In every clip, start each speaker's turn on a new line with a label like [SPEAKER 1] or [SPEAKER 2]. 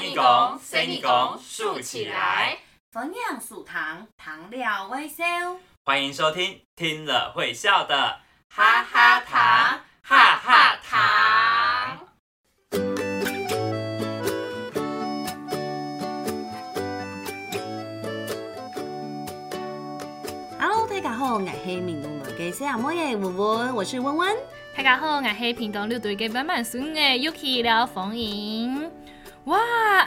[SPEAKER 1] 逆功，生逆功，竖起来。
[SPEAKER 2] 分量属糖，糖料微笑。
[SPEAKER 1] 欢迎收听，听了会笑的
[SPEAKER 2] 哈哈糖，
[SPEAKER 1] 哈哈
[SPEAKER 2] 糖
[SPEAKER 1] 糖。
[SPEAKER 2] Hello，大家好，我是闽东的给小妹耶文文，我是温温。
[SPEAKER 3] 大家好，我是屏东六队嘅板板孙嘅 Yuki 廖凤莹。哇，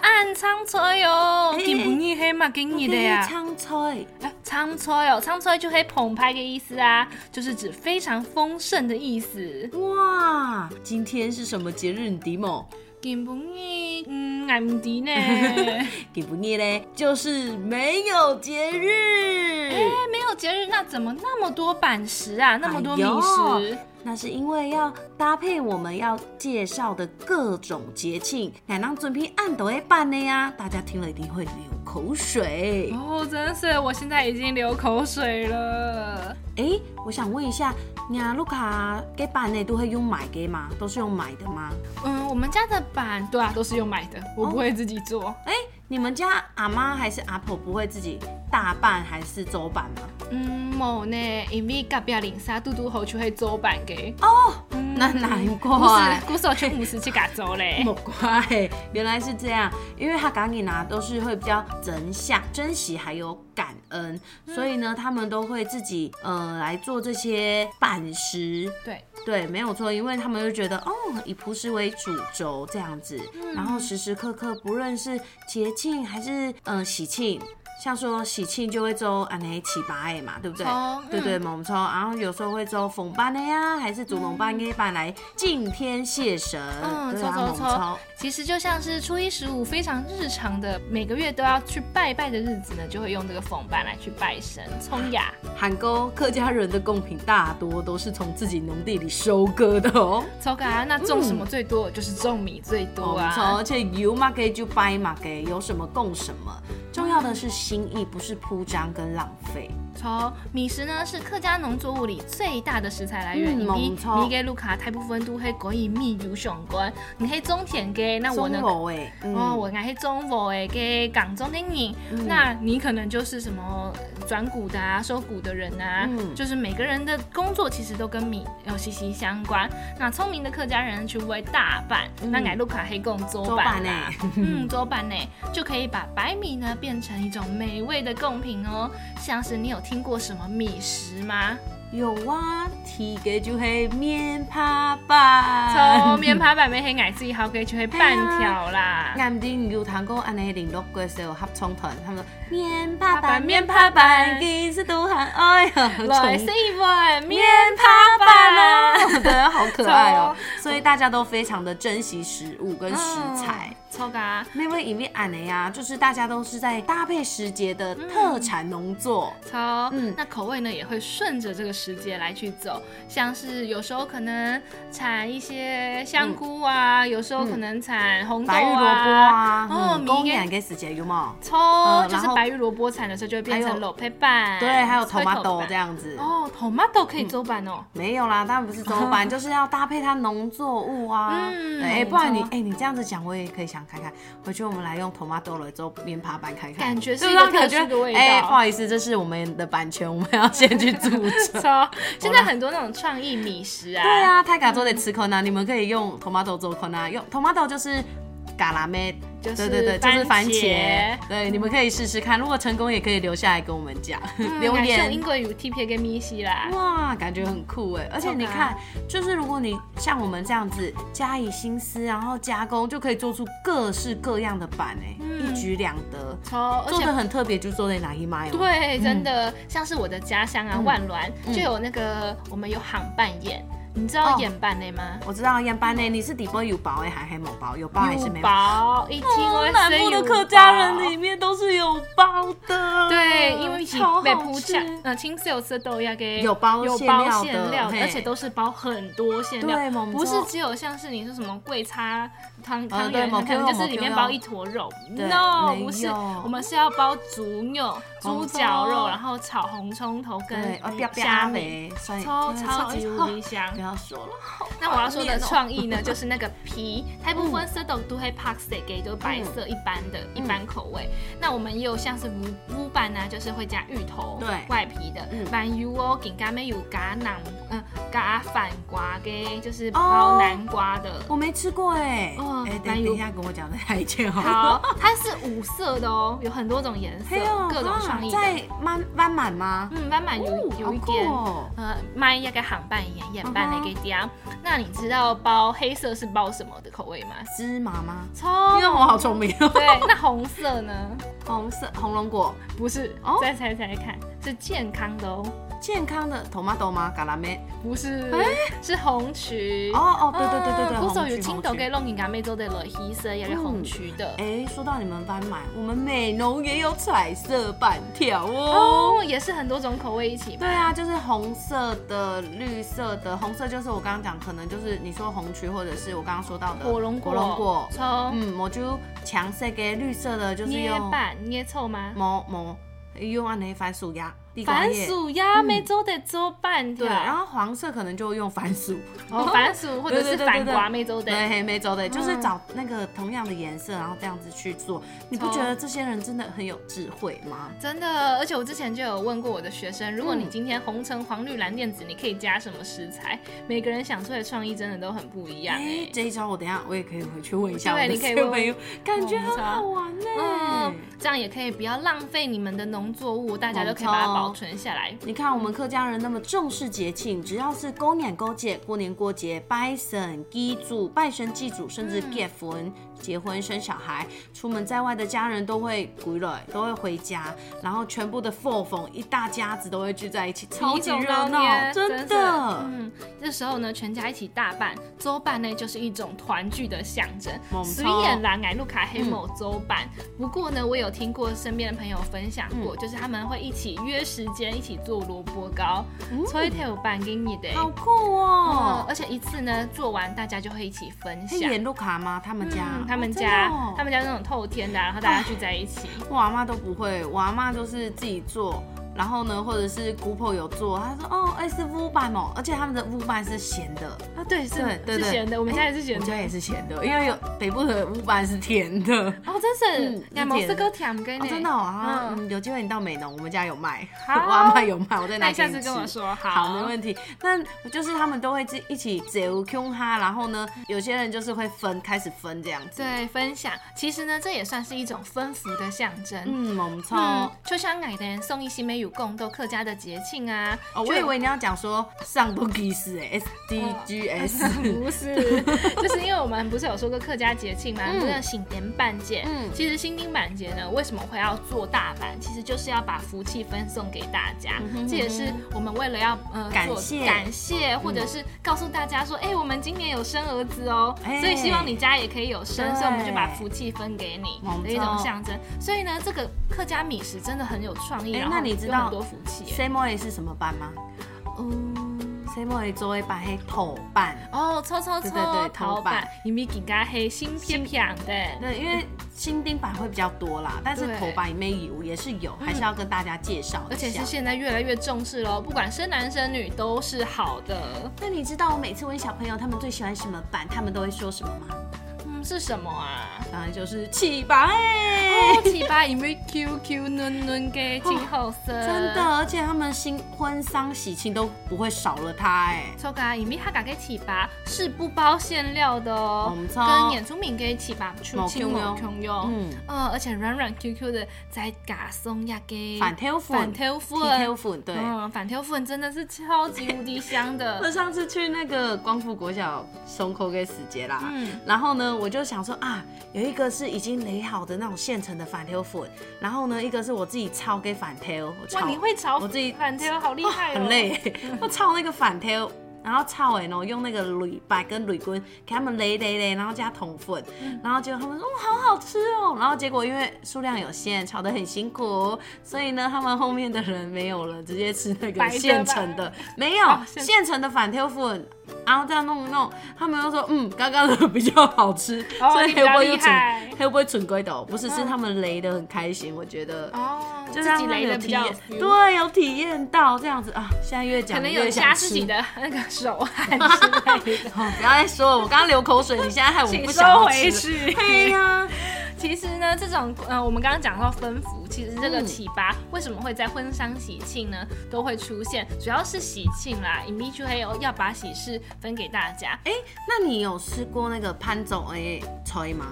[SPEAKER 3] 暗苍哦菜哟，
[SPEAKER 2] 欸
[SPEAKER 3] 今本你黑嘛今日的呀？
[SPEAKER 2] 唱菜，
[SPEAKER 3] 啊苍菜哦，苍菜就是澎湃的意思啊，就是指非常丰盛的意思。
[SPEAKER 2] 哇，今天是什么节日？你迪某？
[SPEAKER 3] 今本你嗯，俺 唔知呢。哎
[SPEAKER 2] 给不腻嘞，就是没有节日。
[SPEAKER 3] 哎、没有节日，那怎么那么多板食啊？那么多
[SPEAKER 2] 哎
[SPEAKER 3] 米
[SPEAKER 2] 呦
[SPEAKER 3] 食？
[SPEAKER 2] 那是因为要搭配我们要介绍的各种节庆，乃让准批按都会办的呀，大家听了一定会流口水。
[SPEAKER 3] 哦，真是，我现在已经流口水了。
[SPEAKER 2] 哎、我想问一下，呀，卢卡给办的都会用买给吗？都是用买的吗？
[SPEAKER 3] 嗯，我们家的板对啊，都是用买的，我不会自己做。
[SPEAKER 2] 哎、你们家阿妈还是阿婆不会自己大办还是周办吗？
[SPEAKER 3] 嗯，某呢，因为隔壁邻沙嘟嘟好就会做板嘅。
[SPEAKER 2] 哦，
[SPEAKER 3] 嗯
[SPEAKER 2] 那难
[SPEAKER 3] 不
[SPEAKER 2] 怪
[SPEAKER 3] 是，。故事我去五十去嘎做嘞。
[SPEAKER 2] 莫哦怪，原来是这样，因为哈嘎尼拿都是会比较珍惜、珍惜还有感恩，所以呢，他们都会自己呃来做这些板食，
[SPEAKER 3] 对，
[SPEAKER 2] 对，没有错，因为他们就觉得哦，以朴实为主轴这样子，
[SPEAKER 3] 嗯
[SPEAKER 2] 然后时时刻刻不论是节庆还是呃喜庆。像说喜庆就会周安尼七八哎嘛，对不对？
[SPEAKER 3] 抽
[SPEAKER 2] 对
[SPEAKER 3] 嗯
[SPEAKER 2] 对，猛抽，然后有时候会周逢班的呀，还是祖龙班、夜班来敬天谢神，
[SPEAKER 3] 嗯
[SPEAKER 2] 对啊，
[SPEAKER 3] 抽抽
[SPEAKER 2] 猛
[SPEAKER 3] 抽
[SPEAKER 2] 抽。
[SPEAKER 3] 其实就像是初一十五非常日常的，每个月都要去拜拜的日子呢，就会用这个缝板来去拜神。冲呀，
[SPEAKER 2] 韩沟客家人的贡品大多都是从自己农地里收割的哦，
[SPEAKER 3] 抽嘎，那种什么最多？就是种米最多
[SPEAKER 2] 哦没错
[SPEAKER 3] 啊。
[SPEAKER 2] 而且有嘛给就掰嘛给，有什么供什么，重要的是心意，不是铺张跟浪费。
[SPEAKER 3] 抽米食呢是客家农作物里最大的食材来源，
[SPEAKER 2] 嗯
[SPEAKER 3] 因为
[SPEAKER 2] 没错
[SPEAKER 3] 米给卢卡大部分都会国以米有相关，你可以种田给，那我呢
[SPEAKER 2] 中国哎，嗯
[SPEAKER 3] 哦，我爱中我诶，给港中电影，
[SPEAKER 2] 嗯
[SPEAKER 3] 那你可能就是什么转股的啊、收股的人啊，
[SPEAKER 2] 嗯
[SPEAKER 3] 就是每个人的工作其实都跟米有息息相关。那聪明的客家人去为大半，
[SPEAKER 2] 嗯欸
[SPEAKER 3] 那爱路卡黑贡周
[SPEAKER 2] 周
[SPEAKER 3] 板
[SPEAKER 2] 板
[SPEAKER 3] 啦，啊嗯，周板呢就可以把白米呢变成一种美味的贡品哦。像是你有听过什么米食吗？
[SPEAKER 2] 有啊，提给就黑面趴吧。
[SPEAKER 3] 从面扒板面黑矮自己好给就会半条啦。
[SPEAKER 2] 俺们顶有谈过安尼联络过时候合唱团，他们说面趴
[SPEAKER 3] 爸
[SPEAKER 2] 板面
[SPEAKER 3] 面
[SPEAKER 2] 趴
[SPEAKER 3] 趴
[SPEAKER 2] 板，
[SPEAKER 3] 板
[SPEAKER 2] 其实都很哎呀，
[SPEAKER 3] 来
[SPEAKER 2] 宠
[SPEAKER 3] 是一碗面
[SPEAKER 2] 趴
[SPEAKER 3] 板
[SPEAKER 2] 啦， 对，好可爱哦、
[SPEAKER 3] 超
[SPEAKER 2] 所以大家都非常的珍惜食物跟食材。
[SPEAKER 3] 嗯，抽嘎。
[SPEAKER 2] 那位因为安的呀，就是大家都是在搭配时节的特产农作，
[SPEAKER 3] 超，
[SPEAKER 2] 嗯
[SPEAKER 3] 那口味呢也会顺着这个时节来去走，像是有时候可能产一些香菇啊，有时候可能产红
[SPEAKER 2] 嗯
[SPEAKER 3] 豆
[SPEAKER 2] 白玉萝卜
[SPEAKER 3] 啊，
[SPEAKER 2] 啊，
[SPEAKER 3] 嗯哦
[SPEAKER 2] 嗯，
[SPEAKER 3] 米
[SPEAKER 2] 公
[SPEAKER 3] 给
[SPEAKER 2] 园给时节有吗？
[SPEAKER 3] 葱、
[SPEAKER 2] 嗯
[SPEAKER 3] 就
[SPEAKER 2] 然
[SPEAKER 3] 是
[SPEAKER 2] 后
[SPEAKER 3] 白玉萝卜产的时候就会变
[SPEAKER 2] 还
[SPEAKER 3] 成
[SPEAKER 2] 有
[SPEAKER 3] 裸配拌，
[SPEAKER 2] 对，还有
[SPEAKER 3] 脆
[SPEAKER 2] tomato
[SPEAKER 3] 板
[SPEAKER 2] 这。样子。
[SPEAKER 3] 哦，tomato 可以做板哦，
[SPEAKER 2] 没有啦，当然不是周 板，就是要搭配它农作物啊。
[SPEAKER 3] 嗯
[SPEAKER 2] 对，哎、
[SPEAKER 3] 没
[SPEAKER 2] 不然你哎
[SPEAKER 3] 错、
[SPEAKER 2] 你这样子讲，我也可以想看看。回去我们来用 tomato 来做面爬板看看，
[SPEAKER 3] 感觉是
[SPEAKER 2] 对
[SPEAKER 3] 一个
[SPEAKER 2] 不对
[SPEAKER 3] 特殊的味道
[SPEAKER 2] 哎、不好意思，这是我们的版权，我们要先去注 册。
[SPEAKER 3] 超。现在很多那种创意米食啊，
[SPEAKER 2] 嗯对，啊，泰嘎做的吃口呢，你们可以用 tomato 做口呢，用 tomato 就是。嘎啦妹，
[SPEAKER 3] 就
[SPEAKER 2] 对
[SPEAKER 3] 是
[SPEAKER 2] 对对，就是番
[SPEAKER 3] 番
[SPEAKER 2] 茄
[SPEAKER 3] 茄，
[SPEAKER 2] 对，你们可以试试看，如果成功也可以留下来跟我们讲，
[SPEAKER 3] 嗯
[SPEAKER 2] 留
[SPEAKER 3] 感受英
[SPEAKER 2] 言。
[SPEAKER 3] 国语 T P 跟米西啦，
[SPEAKER 2] 哇，感觉很酷哎！而且
[SPEAKER 3] 啊
[SPEAKER 2] 你看，就是如果你像我们这样子加以心思，然后加工，就可以做出各式各样的版哎，
[SPEAKER 3] 嗯
[SPEAKER 2] 一举两得，
[SPEAKER 3] 超，而
[SPEAKER 2] 做
[SPEAKER 3] 且
[SPEAKER 2] 的很特别，就做在哪一妈哟。
[SPEAKER 3] 对，
[SPEAKER 2] 嗯
[SPEAKER 3] 真的，像是我的家乡啊，万峦就有那个我们有杭拌眼，你知
[SPEAKER 2] 哦
[SPEAKER 3] 道眼拌的吗？
[SPEAKER 2] 我知道燕班呢，你是底波有包哎，还还某包，有包还是没包？
[SPEAKER 3] 包，一听我
[SPEAKER 2] 哦南
[SPEAKER 3] 生
[SPEAKER 2] 部的
[SPEAKER 3] 有
[SPEAKER 2] 客家人
[SPEAKER 3] 包
[SPEAKER 2] 里面都是有包的，
[SPEAKER 3] 对，因为是
[SPEAKER 2] 超
[SPEAKER 3] 被
[SPEAKER 2] 好
[SPEAKER 3] 铺下
[SPEAKER 2] 吃，。
[SPEAKER 3] 呃，青色有色豆芽给
[SPEAKER 2] 有包
[SPEAKER 3] 有
[SPEAKER 2] 馅
[SPEAKER 3] 包
[SPEAKER 2] 料的
[SPEAKER 3] 馅料的，
[SPEAKER 2] 嘿
[SPEAKER 3] 而且都是包很多馅
[SPEAKER 2] 对
[SPEAKER 3] 料，
[SPEAKER 2] 猛
[SPEAKER 3] 不是
[SPEAKER 2] 做
[SPEAKER 3] 只有像是你说什么桂叉汤
[SPEAKER 2] 呃
[SPEAKER 3] 汤
[SPEAKER 2] 对
[SPEAKER 3] 圆，
[SPEAKER 2] 某
[SPEAKER 3] 它可能
[SPEAKER 2] Q
[SPEAKER 3] 就是里面
[SPEAKER 2] 某 Q
[SPEAKER 3] 包一坨肉
[SPEAKER 2] 对
[SPEAKER 3] ，no，
[SPEAKER 2] 没
[SPEAKER 3] 不是，
[SPEAKER 2] 有
[SPEAKER 3] 我们是要包猪肉、
[SPEAKER 2] 红
[SPEAKER 3] 猪脚
[SPEAKER 2] 葱
[SPEAKER 3] 肉，然后炒红葱头跟
[SPEAKER 2] 对，啊，不要不要
[SPEAKER 3] 虾米，
[SPEAKER 2] 嘞，所以
[SPEAKER 3] 超
[SPEAKER 2] 对
[SPEAKER 3] 哎嗯超级无
[SPEAKER 2] 好
[SPEAKER 3] 敌香
[SPEAKER 2] 不。要要说了，
[SPEAKER 3] 那我要说的
[SPEAKER 2] 好
[SPEAKER 3] 创意呢，就是那个皮，大部
[SPEAKER 2] 嗯
[SPEAKER 3] 分 s e t o 都会 p a x 给就是白色一般的、一般口味。
[SPEAKER 2] 嗯
[SPEAKER 3] 那我们也有像是乌乌板呢，啊就是会加芋头，
[SPEAKER 2] 对
[SPEAKER 3] 外皮的
[SPEAKER 2] 嗯，
[SPEAKER 3] 板油哦，饼干没有嘎南，嗯，嘎反瓜给就是包南瓜的。
[SPEAKER 2] 我没吃过哎、
[SPEAKER 3] 哦
[SPEAKER 2] 哎、等
[SPEAKER 3] 那
[SPEAKER 2] 等
[SPEAKER 3] 有
[SPEAKER 2] 一下跟我讲再来一件哦好了。
[SPEAKER 3] 好，它是五色的哦，有很多种颜色
[SPEAKER 2] 嘿哦，，
[SPEAKER 3] 各种
[SPEAKER 2] 啊
[SPEAKER 3] 创意的。
[SPEAKER 2] 在慢慢满吗？
[SPEAKER 3] 嗯，慢慢有
[SPEAKER 2] 哦
[SPEAKER 3] 有一
[SPEAKER 2] 好酷
[SPEAKER 3] 点
[SPEAKER 2] 哦
[SPEAKER 3] 呃，卖一个航班一样，眼班
[SPEAKER 2] 嗯
[SPEAKER 3] 的给嗲。那你知道包黑色是包什么的口味吗？
[SPEAKER 2] 芝麻吗？
[SPEAKER 3] 葱
[SPEAKER 2] 因为。我好聪明 哦。
[SPEAKER 3] 对，那红色呢？
[SPEAKER 2] 红色红龙果，
[SPEAKER 3] 不是
[SPEAKER 2] 哦，
[SPEAKER 3] 再猜猜看，是健康的哦，
[SPEAKER 2] 健康的 tomato 吗？嘎啦咩？
[SPEAKER 3] 不是，是红曲。
[SPEAKER 2] 哦哦，对对对对对，
[SPEAKER 3] 嗯古
[SPEAKER 2] 红
[SPEAKER 3] 手
[SPEAKER 2] 曲
[SPEAKER 3] 有青
[SPEAKER 2] 红
[SPEAKER 3] 豆
[SPEAKER 2] 曲
[SPEAKER 3] 给弄人家妹做的了，黑色也是红曲的。
[SPEAKER 2] 哎，说到你们班买，我们美农也有彩色板条哦。
[SPEAKER 3] 哦，也是很多种口味一起
[SPEAKER 2] 对啊，就是红色的、绿色的，红色就是我刚刚讲，可能就是你说红曲，或者是我刚刚说到的
[SPEAKER 3] 火龙果、
[SPEAKER 2] 火龙果。
[SPEAKER 3] 葱、
[SPEAKER 2] 嗯，我就强色给绿色的，就是
[SPEAKER 3] 捏
[SPEAKER 2] 用
[SPEAKER 3] 板、捏凑吗？
[SPEAKER 2] 某某用安尼番薯芽、地瓜
[SPEAKER 3] 番
[SPEAKER 2] 叶。
[SPEAKER 3] 薯呀，每周得做半条。
[SPEAKER 2] 对，然后黄色可能就用番薯，
[SPEAKER 3] 哦，番薯 或者
[SPEAKER 2] 对对对
[SPEAKER 3] 是
[SPEAKER 2] 对
[SPEAKER 3] 反
[SPEAKER 2] 对
[SPEAKER 3] 瓜，每周得。
[SPEAKER 2] 对，黑莓粥的，就是
[SPEAKER 3] 嗯
[SPEAKER 2] 找那个同样的颜色，然后这样子去做。你不觉得这些人真的很有智慧吗？
[SPEAKER 3] 真的，而且我之前就有问过我的学生，如果你
[SPEAKER 2] 嗯
[SPEAKER 3] 今天红橙黄绿蓝靛紫，你可以加什么食材？每个人想出来的创意真的都很不一样、
[SPEAKER 2] 哎
[SPEAKER 3] 欸，。
[SPEAKER 2] 这一招我等一下我也可以回去问一下我
[SPEAKER 3] 对
[SPEAKER 2] 的
[SPEAKER 3] 你可以
[SPEAKER 2] 小
[SPEAKER 3] 问
[SPEAKER 2] 朋友，感觉很好玩呢、
[SPEAKER 3] 嗯，这样也可以不要浪费你们的农作物，大家都可以把它保存下来。
[SPEAKER 2] 你看我们客家人那么重视节庆，只要是勾年勾节、过年过节、拜神、祭祖、拜神祭祖，甚至结婚、结婚生小孩，出门在外的家人都会回来，都会回家，然后全部的父母一大家子都会聚在一起，超级热闹，真的。
[SPEAKER 3] 嗯，这时候呢，全家一起大办周办呢，就是一种团聚的象征
[SPEAKER 2] 猛。嗯
[SPEAKER 3] 虽
[SPEAKER 2] 超
[SPEAKER 3] 然啦，矮路卡黑某周办，不过呢，我有听过身边的朋友分享
[SPEAKER 2] 嗯
[SPEAKER 3] 过，就是他们会一起约时间，一起做萝卜糕，所以才有办给你的。
[SPEAKER 2] 哦好嗯酷
[SPEAKER 3] 哦
[SPEAKER 2] 哦，！
[SPEAKER 3] 而且一次呢做完，大家就会一起分
[SPEAKER 2] 是
[SPEAKER 3] 享。
[SPEAKER 2] 演路卡吗？他们家，
[SPEAKER 3] 嗯，他们
[SPEAKER 2] 哦
[SPEAKER 3] 家、
[SPEAKER 2] 真的哦
[SPEAKER 3] 他们家那种透天的啊、然后大家聚在一起。
[SPEAKER 2] 我阿妈都不会，我阿妈就是自己做，然后呢，或者是姑婆有做，她说哦，哎、是乌板哦，而且他们的乌板是咸的，
[SPEAKER 3] 啊，对，是
[SPEAKER 2] 对对
[SPEAKER 3] 是
[SPEAKER 2] 对，
[SPEAKER 3] 咸的，我们家也是咸
[SPEAKER 2] 我
[SPEAKER 3] 的。
[SPEAKER 2] 家也是咸的，因为有北部的乌板是甜的。
[SPEAKER 3] 哦，真是
[SPEAKER 2] 嗯，
[SPEAKER 3] 那
[SPEAKER 2] 是
[SPEAKER 3] 毛
[SPEAKER 2] 甜
[SPEAKER 3] 斯哥甜跟
[SPEAKER 2] 哦
[SPEAKER 3] 呢，
[SPEAKER 2] 真的哦，啊
[SPEAKER 3] 嗯
[SPEAKER 2] 嗯，有机会你到美农，我们家有卖， 我
[SPEAKER 3] 好
[SPEAKER 2] 阿妈有卖，我在哪
[SPEAKER 3] 那你
[SPEAKER 2] 里？
[SPEAKER 3] 下次跟我说，
[SPEAKER 2] 好，没问题。那就是他们都会自一起走 Q 哈，然后呢，有些人就是会分，开始分这样子。
[SPEAKER 3] 对，分享。其实呢，这也算是一种分福的象征。嗯
[SPEAKER 2] 嗯，我们超。
[SPEAKER 3] 就像矮的人送一些梅雨共斗客家的节庆啊，
[SPEAKER 2] 哦，我
[SPEAKER 3] 就
[SPEAKER 2] 以为你要讲说上不 k i s 哎，S D G S，
[SPEAKER 3] 不是，就是因为我们不是有说过客家节庆吗？
[SPEAKER 2] 嗯
[SPEAKER 3] 就是新年半节。
[SPEAKER 2] 嗯
[SPEAKER 3] 嗯，其实新丁板节呢，为什么会要做大板？其实就是要把福气分送给大家，
[SPEAKER 2] 嗯
[SPEAKER 3] 这也是我们为了要呃
[SPEAKER 2] 感
[SPEAKER 3] 做
[SPEAKER 2] 谢嗯
[SPEAKER 3] 感谢，或者是告诉大家说，哎、我们今年有生儿子哦，
[SPEAKER 2] 哎
[SPEAKER 3] 所以希望你家也可以有生，
[SPEAKER 2] 对
[SPEAKER 3] 所以我们就把福气分给你
[SPEAKER 2] 猛
[SPEAKER 3] 的一种
[SPEAKER 2] 照
[SPEAKER 3] 象征。所以呢，这个客家米食真的很有创意，
[SPEAKER 2] 哎
[SPEAKER 3] 然后
[SPEAKER 2] 那你知
[SPEAKER 3] 有
[SPEAKER 2] 道
[SPEAKER 3] 很多福气。哎
[SPEAKER 2] C M A 是什么班吗
[SPEAKER 3] 嗯，
[SPEAKER 2] ？C M A 作为把黑头班，
[SPEAKER 3] 哦，抽抽抽，
[SPEAKER 2] 对对对
[SPEAKER 3] 陶
[SPEAKER 2] 头版
[SPEAKER 3] 板，你咪给加黑新片片的，
[SPEAKER 2] 对，因为新丁版会比较多啦，但是
[SPEAKER 3] 对
[SPEAKER 2] 头版里面有也是有，还是要跟大家介绍一下。
[SPEAKER 3] 而且是现在越来越重视喽，不管生男生女都是好的。
[SPEAKER 2] 那你知道我每次问小朋友他们最喜欢什么版，他们都会说什么吗？
[SPEAKER 3] 嗯，是什么啊？
[SPEAKER 2] 当然呃就是起吧哎、
[SPEAKER 3] 哦，七八因为 QQ 嫩嫩给金后生，
[SPEAKER 2] 真的，。而且他们新婚丧喜庆都不会少了他哎、
[SPEAKER 3] 抽嘎，因为哈嘎给七八是不包馅料的哦
[SPEAKER 2] 我们，抽
[SPEAKER 3] 跟演出名给七八出清
[SPEAKER 2] 没有
[SPEAKER 3] 某 Q 用，
[SPEAKER 2] 嗯，
[SPEAKER 3] 嗯，而且软软 QQ 的在嘎松呀给
[SPEAKER 2] 反挑粉，
[SPEAKER 3] 反挑粉，
[SPEAKER 2] 挑粉，对。
[SPEAKER 3] 嗯，反挑粉真的是超级无敌香 的
[SPEAKER 2] 我，上次去那个光复国小松口给死结啦，
[SPEAKER 3] 嗯
[SPEAKER 2] 然后呢，我就想说啊，有一个是已经垒好的那种现成的反挑粉，然后呢，一个是我自己抄给反挑，我
[SPEAKER 3] 哇，
[SPEAKER 2] 抄
[SPEAKER 3] 你会炒
[SPEAKER 2] 我自己
[SPEAKER 3] 反挑，好厉害 哦！
[SPEAKER 2] 很累， 我抄那个反挑。然后抄哎，然后用那个铝板跟铝棍给他们擂擂擂，然后加桶粉，
[SPEAKER 3] 嗯
[SPEAKER 2] 然后结果他们说哇、嗯好好吃哦，然后结果因为数量有限，炒得很辛苦，所以呢他们后面的人没有了，直接吃那个
[SPEAKER 3] 白的吧
[SPEAKER 2] 现成的，没有、
[SPEAKER 3] 哦现
[SPEAKER 2] 现成的反挑粉，然后这样弄一弄，他们又说嗯刚刚的比较好吃，
[SPEAKER 3] 哦
[SPEAKER 2] 所以
[SPEAKER 3] 你比
[SPEAKER 2] 会
[SPEAKER 3] 较
[SPEAKER 2] 不会又
[SPEAKER 3] 厉
[SPEAKER 2] 准
[SPEAKER 3] 害
[SPEAKER 2] 会不会准归斗？不是，是
[SPEAKER 3] 嗯
[SPEAKER 2] 他们擂得很开心，我觉得。
[SPEAKER 3] 哦，
[SPEAKER 2] 就
[SPEAKER 3] 自
[SPEAKER 2] 让
[SPEAKER 3] 己
[SPEAKER 2] 他们
[SPEAKER 3] 雷的
[SPEAKER 2] 有
[SPEAKER 3] 比
[SPEAKER 2] 体
[SPEAKER 3] 较有
[SPEAKER 2] 验
[SPEAKER 3] feel，
[SPEAKER 2] 对，有体验到这样子啊。现在越讲
[SPEAKER 3] 可能有
[SPEAKER 2] 越
[SPEAKER 3] 加
[SPEAKER 2] 想
[SPEAKER 3] 自
[SPEAKER 2] 吃，。
[SPEAKER 3] 己的那个手汗之类的
[SPEAKER 2] 哦，不要再说了，我刚刚流口水，你现在害我
[SPEAKER 3] 请
[SPEAKER 2] 不想
[SPEAKER 3] 收
[SPEAKER 2] 要
[SPEAKER 3] 回
[SPEAKER 2] 吃。
[SPEAKER 3] 去。
[SPEAKER 2] 对呀，
[SPEAKER 3] 其实呢，这种呃，我们刚刚讲到分服，其实这个
[SPEAKER 2] 嗯
[SPEAKER 3] 启发为什么会在婚丧喜庆呢都会出现，主要是喜庆啦 i m i g u o 要把喜事分给大家。
[SPEAKER 2] 哎，那你有吃过那个潘总诶吹吗？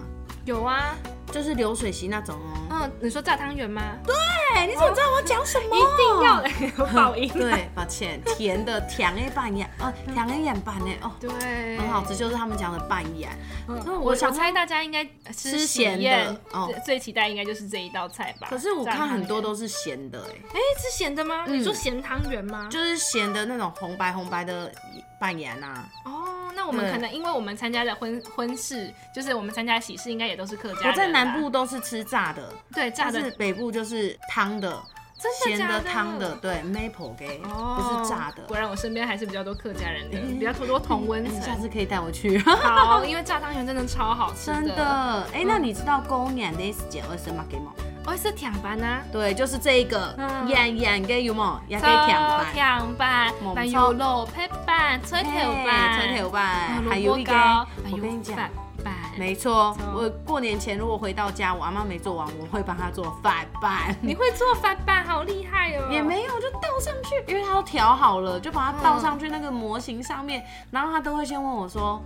[SPEAKER 3] 有啊，
[SPEAKER 2] 就是流水席那种哦。
[SPEAKER 3] 嗯，你说炸汤圆吗？对，
[SPEAKER 2] 哎，你怎么知道我讲什么？
[SPEAKER 3] 一定 要有报应。
[SPEAKER 2] 对，抱歉，甜的甜一半眼哦，甜一眼半呢哦，
[SPEAKER 3] 嗯对，
[SPEAKER 2] 很好吃，就是他们讲的半眼。
[SPEAKER 3] 嗯。
[SPEAKER 2] 那
[SPEAKER 3] 我
[SPEAKER 2] 我想
[SPEAKER 3] 我猜大家应该呃吃
[SPEAKER 2] 吃
[SPEAKER 3] 喜
[SPEAKER 2] 咸的
[SPEAKER 3] 宴
[SPEAKER 2] 哦
[SPEAKER 3] 最最期待应该就是这一道菜吧。
[SPEAKER 2] 可是我看很多
[SPEAKER 3] 炸汤圆
[SPEAKER 2] 都是咸的哎，
[SPEAKER 3] 哎是咸的吗？
[SPEAKER 2] 嗯
[SPEAKER 3] 你说咸汤圆吗？
[SPEAKER 2] 就是咸的那种红白红白的半眼啊。
[SPEAKER 3] 哦，那我们
[SPEAKER 2] 对
[SPEAKER 3] 可能因为我们参加的婚婚事，就是我们参加的喜事，应该也都是客家人吧。
[SPEAKER 2] 我在南部都是吃炸的，
[SPEAKER 3] 对炸
[SPEAKER 2] 但
[SPEAKER 3] 的
[SPEAKER 2] 是北部就是汤的，
[SPEAKER 3] 真
[SPEAKER 2] 咸
[SPEAKER 3] 的假
[SPEAKER 2] 的
[SPEAKER 3] 的
[SPEAKER 2] 汤的，，对，maple 给，不是炸的
[SPEAKER 3] 哦果。然我身边还是比较多客家人的，比较多同温
[SPEAKER 2] 嗯下
[SPEAKER 3] 层。
[SPEAKER 2] 次可以带我去，
[SPEAKER 3] 好，因为炸汤圆真的超好吃
[SPEAKER 2] 真的
[SPEAKER 3] 的。。
[SPEAKER 2] 哎，那你知道公演的时节会什么给吗？
[SPEAKER 3] 哦，是甜班啊，
[SPEAKER 2] 对，就是这一个
[SPEAKER 3] 嗯，
[SPEAKER 2] 演演给有冇？也给
[SPEAKER 3] 超
[SPEAKER 2] 甜饭。
[SPEAKER 3] 哦甜班
[SPEAKER 2] 猛，
[SPEAKER 3] 板
[SPEAKER 2] 抽
[SPEAKER 3] 油肉配板，脆条板，
[SPEAKER 2] 嘿腿头
[SPEAKER 3] 啊
[SPEAKER 2] 吧，还
[SPEAKER 3] 萝
[SPEAKER 2] 有
[SPEAKER 3] 卜
[SPEAKER 2] 一个
[SPEAKER 3] 糕，，
[SPEAKER 2] 我跟你讲，
[SPEAKER 3] 板，
[SPEAKER 2] 没错
[SPEAKER 3] 错，
[SPEAKER 2] 我过年前如果回到家，我阿妈没做完，我会帮她做 饭 拌。
[SPEAKER 3] 你会做翻板，好厉害哦！
[SPEAKER 2] 也没有，就倒上去，因为它都调好了，就把它倒上去那个模型上面，然后她都会先问我说：“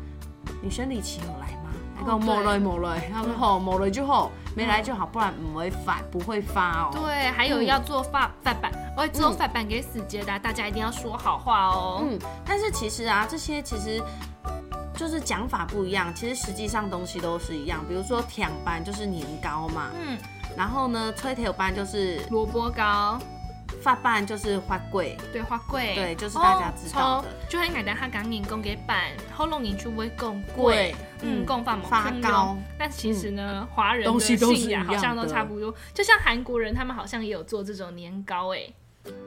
[SPEAKER 2] 你生理期有来吗？”那个
[SPEAKER 3] 哦
[SPEAKER 2] 某
[SPEAKER 3] 对嗯
[SPEAKER 2] 来某来，她说好，某来就好，没来就好，不然不会发，不会发哦。
[SPEAKER 3] 对，还有要做饭饭板，我会做饭板给死结的啊，大家一定要说好话哦。
[SPEAKER 2] 嗯，但是其实啊，这些其实就是讲法不一样，其实实际上东西都是一样。比如说甜班就是年糕嘛，
[SPEAKER 3] 嗯，
[SPEAKER 2] 然后呢，吹头班就是
[SPEAKER 3] 萝卜糕，
[SPEAKER 2] 发瓣就是花桂，
[SPEAKER 3] 对花桂，
[SPEAKER 2] 对就是大家知道的
[SPEAKER 3] 哦。就很简单，他讲人讲给板，喉咙人就会供桂，嗯，供饭嘛，
[SPEAKER 2] 发
[SPEAKER 3] 供
[SPEAKER 2] 糕嗯
[SPEAKER 3] 肉。但其实呢，华人
[SPEAKER 2] 东
[SPEAKER 3] 的
[SPEAKER 2] 西都是
[SPEAKER 3] 信仰
[SPEAKER 2] 一
[SPEAKER 3] 好
[SPEAKER 2] 样
[SPEAKER 3] 像都
[SPEAKER 2] 的
[SPEAKER 3] 差不多，就像韩国人他们好像也有做这种年糕哎。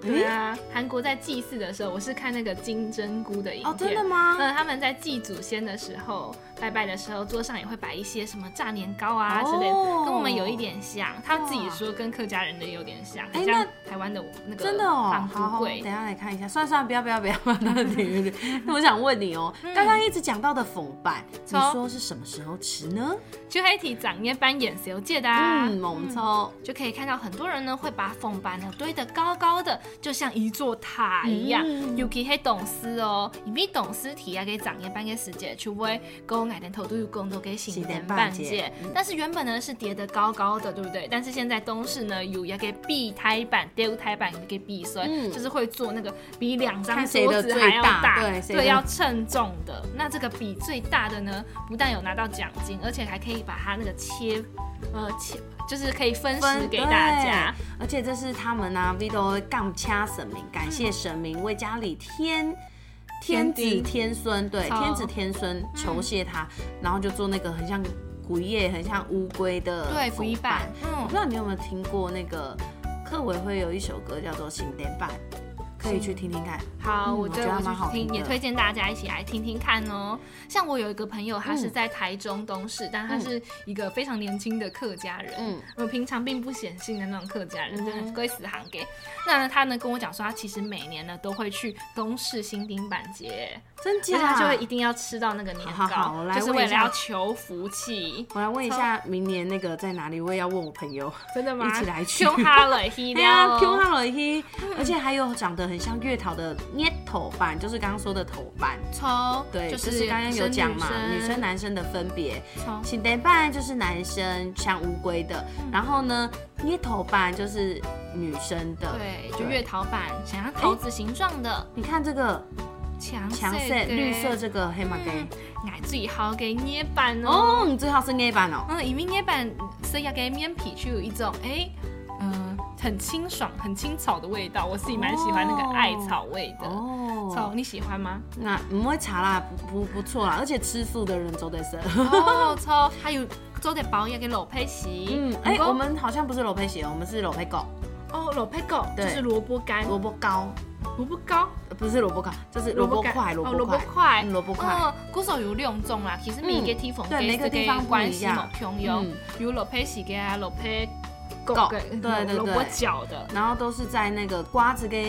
[SPEAKER 3] 对啊，韩国在祭祀的时候，我是看那个金针菇的影片，
[SPEAKER 2] 哦，真的吗？
[SPEAKER 3] 嗯，他们在祭祖先的时候，拜拜的时候，桌上也会摆一些什么炸年糕啊之类的，
[SPEAKER 2] 哦
[SPEAKER 3] 跟我们有一点像。他自己说跟客家人的有点像，很
[SPEAKER 2] 哎
[SPEAKER 3] 像
[SPEAKER 2] 那
[SPEAKER 3] 台湾的那个
[SPEAKER 2] 真的哦，
[SPEAKER 3] 防
[SPEAKER 2] 好
[SPEAKER 3] 富
[SPEAKER 2] 好，等
[SPEAKER 3] 贵
[SPEAKER 2] 一。下来看一下。算了算了，不要不要不要，那个点有点。 那我想问你哦，刚刚一直讲到的粉拌，你
[SPEAKER 3] 从
[SPEAKER 2] 说是什么时候吃呢？
[SPEAKER 3] 就黑体长夜班眼熟界的啊。
[SPEAKER 2] 嗯，我们抽
[SPEAKER 3] 就可以看到很多人呢会把凤板呢堆得高高的，就像一座塔一样。
[SPEAKER 2] 嗯
[SPEAKER 3] Yuki 黑董事哦，因为董事提啊给长夜班给时节，除非公矮人头都有工作给行人半
[SPEAKER 2] 行人
[SPEAKER 3] 界
[SPEAKER 2] 半截。
[SPEAKER 3] 但是原本呢是叠得高高的，对不对？但是现在东市呢有也给避胎板、丢胎板给避所以
[SPEAKER 2] 嗯
[SPEAKER 3] 就是会做那个比两张
[SPEAKER 2] 看谁
[SPEAKER 3] 桌
[SPEAKER 2] 的
[SPEAKER 3] 子
[SPEAKER 2] 最
[SPEAKER 3] 还要
[SPEAKER 2] 大
[SPEAKER 3] 大，
[SPEAKER 2] 对谁
[SPEAKER 3] 对，
[SPEAKER 2] 的
[SPEAKER 3] 要称重的。那这个比最大的呢，不但有拿到奖金，而且还可以把它那个切，呃切。就是可以嗯分食给大家，
[SPEAKER 2] 对而且这是他们啊，Vito 杠掐神明，感谢神明为家里添。天
[SPEAKER 3] 添丁
[SPEAKER 2] 子天孙，对，
[SPEAKER 3] 好
[SPEAKER 2] 天子天孙酬谢他，然后就做那个很像鬼夜、很像乌龟的
[SPEAKER 3] 对，福一
[SPEAKER 2] 手办
[SPEAKER 3] 版，
[SPEAKER 2] 我不
[SPEAKER 3] 嗯，
[SPEAKER 2] 知道你有没有听过那个客委会有一首歌叫做《新典版》，可以去听听看。
[SPEAKER 3] 好，
[SPEAKER 2] 嗯
[SPEAKER 3] 我
[SPEAKER 2] 我觉
[SPEAKER 3] 觉
[SPEAKER 2] 得
[SPEAKER 3] 得
[SPEAKER 2] 蛮
[SPEAKER 3] 我
[SPEAKER 2] 好
[SPEAKER 3] 去听，
[SPEAKER 2] 听的
[SPEAKER 3] 也推荐大家一起来听听看哦。像我有一个朋友，他是
[SPEAKER 2] 嗯
[SPEAKER 3] 在台中东市，但他
[SPEAKER 2] 嗯
[SPEAKER 3] 是一个非常年轻的客家人，
[SPEAKER 2] 嗯，
[SPEAKER 3] 我平常并不显性的那种客家人，
[SPEAKER 2] 嗯
[SPEAKER 3] 就
[SPEAKER 2] 哼
[SPEAKER 3] 很归死行给。那呢他呢跟我讲说，他其实每年呢都会去东市新丁板节，
[SPEAKER 2] 真
[SPEAKER 3] 而且
[SPEAKER 2] 假？
[SPEAKER 3] 他就会一定要吃到那个年糕，
[SPEAKER 2] 好好好我来
[SPEAKER 3] 就是
[SPEAKER 2] 问
[SPEAKER 3] 为
[SPEAKER 2] 一
[SPEAKER 3] 了
[SPEAKER 2] 下
[SPEAKER 3] 要求福气。
[SPEAKER 2] 我来问一下，明年那个在哪里？我也要问我朋友。
[SPEAKER 3] 真的吗？
[SPEAKER 2] 一起来去
[SPEAKER 3] 凶哈了，嘿
[SPEAKER 2] 对啊，Q 哈了一，
[SPEAKER 3] 嗯
[SPEAKER 2] 而且还有长得很像月桃的捏头版，就是刚刚说的头版。
[SPEAKER 3] 抽，
[SPEAKER 2] 对，
[SPEAKER 3] 就
[SPEAKER 2] 就是刚刚有讲嘛，女生
[SPEAKER 3] 男
[SPEAKER 2] 男生的分别。
[SPEAKER 3] 抽，
[SPEAKER 2] 请得扮就是男生，像乌龟的，
[SPEAKER 3] 嗯
[SPEAKER 2] 然后呢，捏头扮就是女生的。
[SPEAKER 3] 对，就月桃板，想要桃子形状的，
[SPEAKER 2] 你看这个
[SPEAKER 3] 强
[SPEAKER 2] 哎强色
[SPEAKER 3] 的
[SPEAKER 2] 绿色，这个黑马
[SPEAKER 3] 嗯
[SPEAKER 2] 给，
[SPEAKER 3] 俺最好给捏板哦。
[SPEAKER 2] 哦，你最好是捏板哦。
[SPEAKER 3] 嗯，因为捏板是要给面皮就有一种哎，嗯，很清爽、很青草的味道，我自己蛮喜欢那个艾草味的。草
[SPEAKER 2] 哦，
[SPEAKER 3] 你喜 欢吗？
[SPEAKER 2] 那唔会查啦，不不不错啦，而且吃素的人走得深。
[SPEAKER 3] 哦，抽，还有做点保养给老佩 奇。
[SPEAKER 2] 嗯，哎、我们好像不是裸配鞋，我们是裸配狗，
[SPEAKER 3] 哦，老佩狗就
[SPEAKER 2] 对
[SPEAKER 3] 是萝卜干，
[SPEAKER 2] 萝卜糕，
[SPEAKER 3] 萝卜糕，
[SPEAKER 2] 呃不是萝卜糕，就是萝卜
[SPEAKER 3] 干
[SPEAKER 2] 块，
[SPEAKER 3] 哦
[SPEAKER 2] 萝
[SPEAKER 3] 萝
[SPEAKER 2] 卜
[SPEAKER 3] 卜
[SPEAKER 2] 块，
[SPEAKER 3] 块，
[SPEAKER 2] 嗯萝卜块。嗯
[SPEAKER 3] 嗯，鼓手有两种啦，其实每个地方
[SPEAKER 2] 对每个地方不
[SPEAKER 3] 关
[SPEAKER 2] 一
[SPEAKER 3] 系
[SPEAKER 2] 样
[SPEAKER 3] 冇通用
[SPEAKER 2] 嗯，
[SPEAKER 3] 有落配时间啊，落配狗跟
[SPEAKER 2] 对对
[SPEAKER 3] 萝
[SPEAKER 2] 对
[SPEAKER 3] 卜角的，
[SPEAKER 2] 然后都是在那个瓜子跟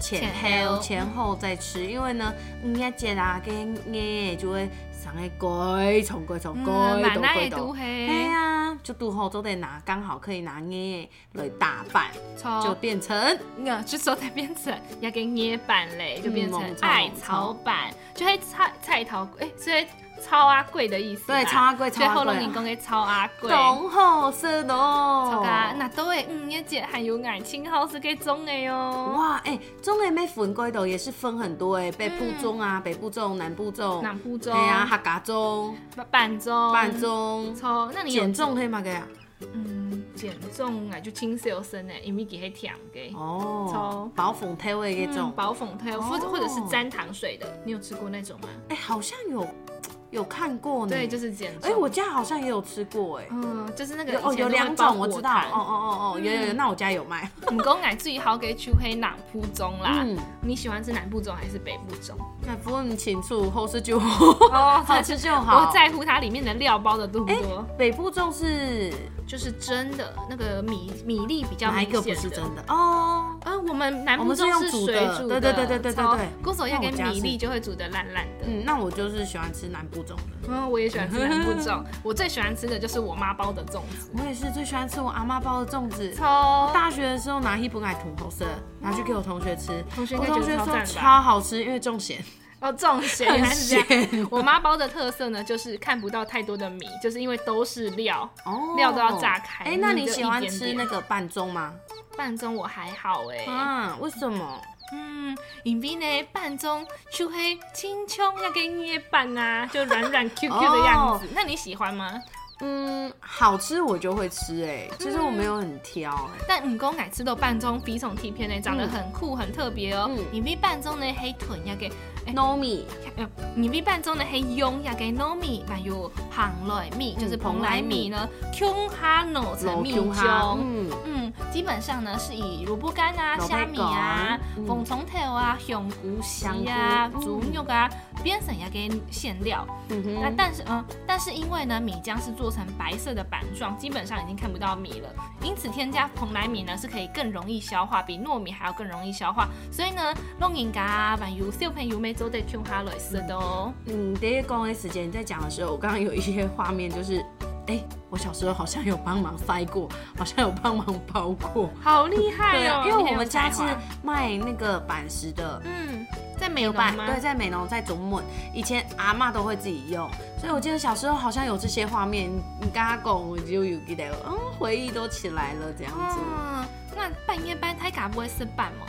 [SPEAKER 2] 前
[SPEAKER 3] 前
[SPEAKER 2] 后
[SPEAKER 3] 后
[SPEAKER 2] 前后再吃，因为呢，捏姐啦跟捏就会上个鬼从鬼从鬼
[SPEAKER 3] 嗯奶
[SPEAKER 2] 都
[SPEAKER 3] 奶
[SPEAKER 2] 鬼
[SPEAKER 3] 也都
[SPEAKER 2] 都。哎
[SPEAKER 3] 黑，
[SPEAKER 2] 呀、就肚后都得拿，刚好可以拿捏来打扮，就
[SPEAKER 3] 从
[SPEAKER 2] 变成
[SPEAKER 3] 那这时候才变成要给捏板
[SPEAKER 2] 嗯
[SPEAKER 3] 嘞，就变成
[SPEAKER 2] 猛草
[SPEAKER 3] 艾
[SPEAKER 2] 猛草
[SPEAKER 3] 草板，就会菜菜头哎，所以超阿贵的意思啦，
[SPEAKER 2] 对超阿贵
[SPEAKER 3] 最
[SPEAKER 2] 超
[SPEAKER 3] 后
[SPEAKER 2] 阿
[SPEAKER 3] 龙引
[SPEAKER 2] 贵，
[SPEAKER 3] 讲给超阿贵。
[SPEAKER 2] 懂好色的
[SPEAKER 3] 超
[SPEAKER 2] 哦
[SPEAKER 3] 噶，那都会嗯，一姐很有爱情，好是给中的哟。
[SPEAKER 2] 哇，哎、中的妹粉归斗也是分很多哎、北部
[SPEAKER 3] 嗯
[SPEAKER 2] 中啊，北部中、南部中，
[SPEAKER 3] 南部中，
[SPEAKER 2] 对呀、啊，，客家中、
[SPEAKER 3] 板中，
[SPEAKER 2] 半，中、
[SPEAKER 3] 超，那你有
[SPEAKER 2] 减重可以吗？给啊？
[SPEAKER 3] 嗯，减重啊，就轻瘦身诶，因为给黑甜给。
[SPEAKER 2] 哦
[SPEAKER 3] 超，
[SPEAKER 2] 保粉推味那种
[SPEAKER 3] 嗯，保粉推，或
[SPEAKER 2] 哦
[SPEAKER 3] 者或者是沾糖水的，你有吃过那种吗？
[SPEAKER 2] 哎、好像有有看过呢。
[SPEAKER 3] 对，就是减重。
[SPEAKER 2] 哎、我家好像也有吃过哎、
[SPEAKER 3] 嗯，就是那个
[SPEAKER 2] 有哦，
[SPEAKER 3] 以前
[SPEAKER 2] 有
[SPEAKER 3] 都会
[SPEAKER 2] 两
[SPEAKER 3] 包嗯
[SPEAKER 2] 种我
[SPEAKER 3] 果
[SPEAKER 2] 知道，
[SPEAKER 3] 糖
[SPEAKER 2] 哦哦哦哦，有有有，那我家有卖。
[SPEAKER 3] 你公奶最好给去黑南部中啦
[SPEAKER 2] 嗯。
[SPEAKER 3] 你喜欢吃南部中还是北部中？
[SPEAKER 2] 那不问清楚，后事就
[SPEAKER 3] 哦
[SPEAKER 2] 好吃就好。
[SPEAKER 3] 我在乎它里面的料包的多不
[SPEAKER 2] 哎
[SPEAKER 3] 多，
[SPEAKER 2] 北部粽是
[SPEAKER 3] 就是真的那个米米粒比较
[SPEAKER 2] 哪一
[SPEAKER 3] 明
[SPEAKER 2] 个不
[SPEAKER 3] 显
[SPEAKER 2] 是真
[SPEAKER 3] 的。
[SPEAKER 2] 的哦？
[SPEAKER 3] 啊，我们南
[SPEAKER 2] 我
[SPEAKER 3] 部
[SPEAKER 2] 们是
[SPEAKER 3] 中
[SPEAKER 2] 用
[SPEAKER 3] 是
[SPEAKER 2] 煮
[SPEAKER 3] 水
[SPEAKER 2] 的
[SPEAKER 3] 煮
[SPEAKER 2] 对
[SPEAKER 3] 的，
[SPEAKER 2] 对对对对对
[SPEAKER 3] 超
[SPEAKER 2] 对
[SPEAKER 3] 勾手要
[SPEAKER 2] 那我
[SPEAKER 3] 跟
[SPEAKER 2] 家
[SPEAKER 3] 米粒
[SPEAKER 2] 是
[SPEAKER 3] 就会煮的烂烂的。
[SPEAKER 2] 嗯，那我就是喜欢吃南部粽的。
[SPEAKER 3] 嗯，我也喜欢吃南部粽，我最喜欢吃的就是我妈包的粽子，
[SPEAKER 2] 我也是最喜欢吃我阿妈包的粽子。
[SPEAKER 3] 超
[SPEAKER 2] 大学的时候拿一本来涂红色，拿去给我同学吃。
[SPEAKER 3] 同学应
[SPEAKER 2] 我
[SPEAKER 3] 该觉
[SPEAKER 2] 同
[SPEAKER 3] 得
[SPEAKER 2] 学
[SPEAKER 3] 超
[SPEAKER 2] 说
[SPEAKER 3] 赞吧
[SPEAKER 2] 超好吃，因为重咸。
[SPEAKER 3] 哦粽咸， 原来是这
[SPEAKER 2] 很
[SPEAKER 3] 样
[SPEAKER 2] 咸。
[SPEAKER 3] 我妈包的特色呢，就是看不到太多的米，就是因为都是料。
[SPEAKER 2] 哦
[SPEAKER 3] 料都要炸开
[SPEAKER 2] 哎、那你
[SPEAKER 3] 就
[SPEAKER 2] 喜
[SPEAKER 3] 一
[SPEAKER 2] 欢
[SPEAKER 3] 点
[SPEAKER 2] 吃
[SPEAKER 3] 点
[SPEAKER 2] 那个拌粽吗？
[SPEAKER 3] 半粽我还好哎、
[SPEAKER 2] 啊，为什么？
[SPEAKER 3] 嗯，因为呢半粽就会轻松要给捏拌啊，就软 软 Q Q 的样
[SPEAKER 2] 哦
[SPEAKER 3] 子。那你喜欢吗？
[SPEAKER 2] 嗯，好吃我就会吃、哎，其实我没有很挑、哎、
[SPEAKER 3] 但五公奶吃豆半中比种体片呢，长得很酷很特别哦
[SPEAKER 2] 嗯。
[SPEAKER 3] 你比半中的黑臀要给，
[SPEAKER 2] no me，
[SPEAKER 3] 呃你比半中的黑拥要给 no 米，还有蓬莱米，
[SPEAKER 2] 嗯
[SPEAKER 3] 就是蓬莱米呢，Q 哈 no 成米
[SPEAKER 2] 老姜哦哈
[SPEAKER 3] 中。
[SPEAKER 2] 嗯，
[SPEAKER 3] 嗯，基本上呢是以萝卜干啊、
[SPEAKER 2] 萝卜
[SPEAKER 3] 虾米啊
[SPEAKER 2] 干、嗯
[SPEAKER 3] 凤虫头啊、香菇丝啊
[SPEAKER 2] 香、菇嗯
[SPEAKER 3] 猪肉啊编成要给馅料。
[SPEAKER 2] 嗯哼
[SPEAKER 3] 那但是嗯，但是因为呢，米浆是做成白色的板状，基本上已经看不到米了，因此添加蓬莱米呢是可以更容易消化，比糯米还要更容易消化。所以呢，弄人家把油小朋友每周得 Q 哈类似的哦。
[SPEAKER 2] 嗯，第一公的时间你在讲的时候，我刚刚有一些画面，就是，哎、我小时候好像有帮忙塞过，好像有帮忙包过。
[SPEAKER 3] 好厉害
[SPEAKER 2] 对
[SPEAKER 3] 哦
[SPEAKER 2] 啊，！因
[SPEAKER 3] 你很
[SPEAKER 2] 为我
[SPEAKER 3] 有
[SPEAKER 2] 们家
[SPEAKER 3] 才
[SPEAKER 2] 是
[SPEAKER 3] 华
[SPEAKER 2] 卖那个板石的，
[SPEAKER 3] 嗯，在美容
[SPEAKER 2] 板
[SPEAKER 3] 吗？
[SPEAKER 2] 对，在美容在总抹，以前阿嬷都会自己用，所以我记得小时候好像有这些画面，你刚刚讲我就有记得，嗯，回忆都起来了这样子。
[SPEAKER 3] 嗯，那半夜班太嘎不会是半吗？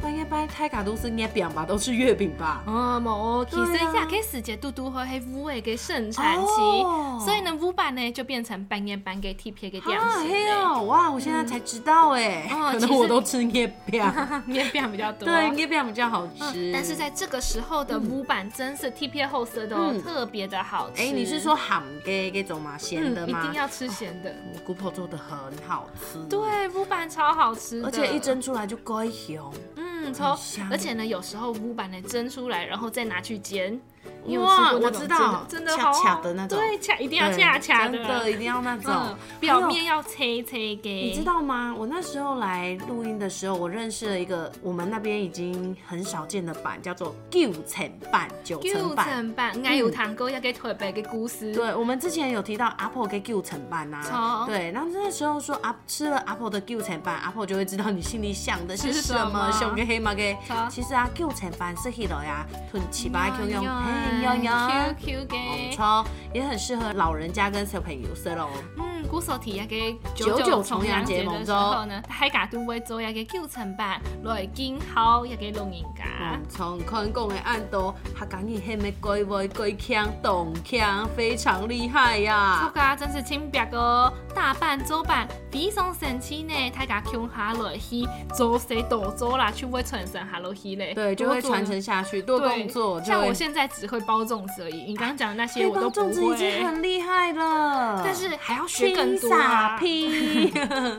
[SPEAKER 2] 半夜班泰卡都是捏饼吧，都是月饼吧？
[SPEAKER 3] 哦，冇，其实
[SPEAKER 2] 对啊
[SPEAKER 3] 亚给世界嘟嘟和黑乌诶给盛产期，
[SPEAKER 2] 哦
[SPEAKER 3] 所以呢乌版呢就变成半夜班给 T P 给点
[SPEAKER 2] 啊
[SPEAKER 3] 心
[SPEAKER 2] 嘿
[SPEAKER 3] 嘞
[SPEAKER 2] 哦，哇！我现在才知道哎，
[SPEAKER 3] 哦
[SPEAKER 2] 可
[SPEAKER 3] 其
[SPEAKER 2] 能
[SPEAKER 3] 实
[SPEAKER 2] 我都吃捏饼，
[SPEAKER 3] 面变比较多。
[SPEAKER 2] 对，捏饼比较好吃。
[SPEAKER 3] 嗯，但是在这个时候的乌版真是 T P 后色的哦，
[SPEAKER 2] 嗯
[SPEAKER 3] 特别的好吃。
[SPEAKER 2] 哎，你是说喊给给种吗？咸的
[SPEAKER 3] 嗯，一
[SPEAKER 2] 吗？哦
[SPEAKER 3] 定要吃咸的。
[SPEAKER 2] 我姑婆做的很好吃，，
[SPEAKER 3] 对，乌版超好吃的，
[SPEAKER 2] 而且一蒸出来就乖熊，
[SPEAKER 3] 嗯超
[SPEAKER 2] 香，
[SPEAKER 3] 而且呢有时候乌版呢蒸出来，然后再拿去煎。
[SPEAKER 2] 我有
[SPEAKER 3] 哇
[SPEAKER 2] 吃过那
[SPEAKER 3] 我
[SPEAKER 2] 种
[SPEAKER 3] 知道，
[SPEAKER 2] 真
[SPEAKER 3] 真
[SPEAKER 2] 的
[SPEAKER 3] 的
[SPEAKER 2] 恰
[SPEAKER 3] 好
[SPEAKER 2] 恰的那种
[SPEAKER 3] 对，恰一定要
[SPEAKER 2] 对
[SPEAKER 3] 恰恰
[SPEAKER 2] 真的一定要那种
[SPEAKER 3] 嗯，表
[SPEAKER 2] 还有
[SPEAKER 3] 面要切切给，
[SPEAKER 2] 你知道吗？我那时候来录音的时候，我认识了一个我们那边已经很少见的板，叫做九层板、九层
[SPEAKER 3] 九
[SPEAKER 2] 板。
[SPEAKER 3] 层板，爱有糖果要给腿背给故事。
[SPEAKER 2] 对，我们之前有提到阿婆跟九层板呐，
[SPEAKER 3] 超
[SPEAKER 2] 啊对，然后那时候说阿吃了阿婆的九层板，阿婆就会知道你心里想的是
[SPEAKER 3] 是
[SPEAKER 2] 什
[SPEAKER 3] 什
[SPEAKER 2] 么，
[SPEAKER 3] 么
[SPEAKER 2] 熊跟黑马跟
[SPEAKER 3] 超。
[SPEAKER 2] 其实啊，九层板是黑的呀，吞七八 Q 用，嘿用用，
[SPEAKER 3] ，QQ
[SPEAKER 2] 没
[SPEAKER 3] 哎给，
[SPEAKER 2] 错，也很适合老人家跟小朋友吃喽。
[SPEAKER 3] 嗯，古手提要给
[SPEAKER 2] 九九重阳节
[SPEAKER 3] 节
[SPEAKER 2] 蒙
[SPEAKER 3] 的时
[SPEAKER 2] 州
[SPEAKER 3] 候呢，海家都会做要给九层板，来金好要给龙人家
[SPEAKER 2] 嗯，，从看讲的按到，他讲你迄个鬼话鬼腔动腔，非常厉害呀、
[SPEAKER 3] 这家啊真是清白哦，大半周板非常神奇呢，他家 Q 下落去，做谁都做啦，去会传承下落去嘞，
[SPEAKER 2] 对，就会传承下去，多
[SPEAKER 3] 多做。
[SPEAKER 2] 动作
[SPEAKER 3] 对
[SPEAKER 2] 就
[SPEAKER 3] 像我
[SPEAKER 2] 会。
[SPEAKER 3] 现在只会包粽子而已，你刚刚讲的那些
[SPEAKER 2] 黑
[SPEAKER 3] 我都
[SPEAKER 2] 帮
[SPEAKER 3] 不
[SPEAKER 2] 哎粽子已经
[SPEAKER 3] 会。
[SPEAKER 2] 很厉害了，
[SPEAKER 3] 但是还要
[SPEAKER 2] 去
[SPEAKER 3] 学更多
[SPEAKER 2] 傻
[SPEAKER 3] 啊。
[SPEAKER 2] 批，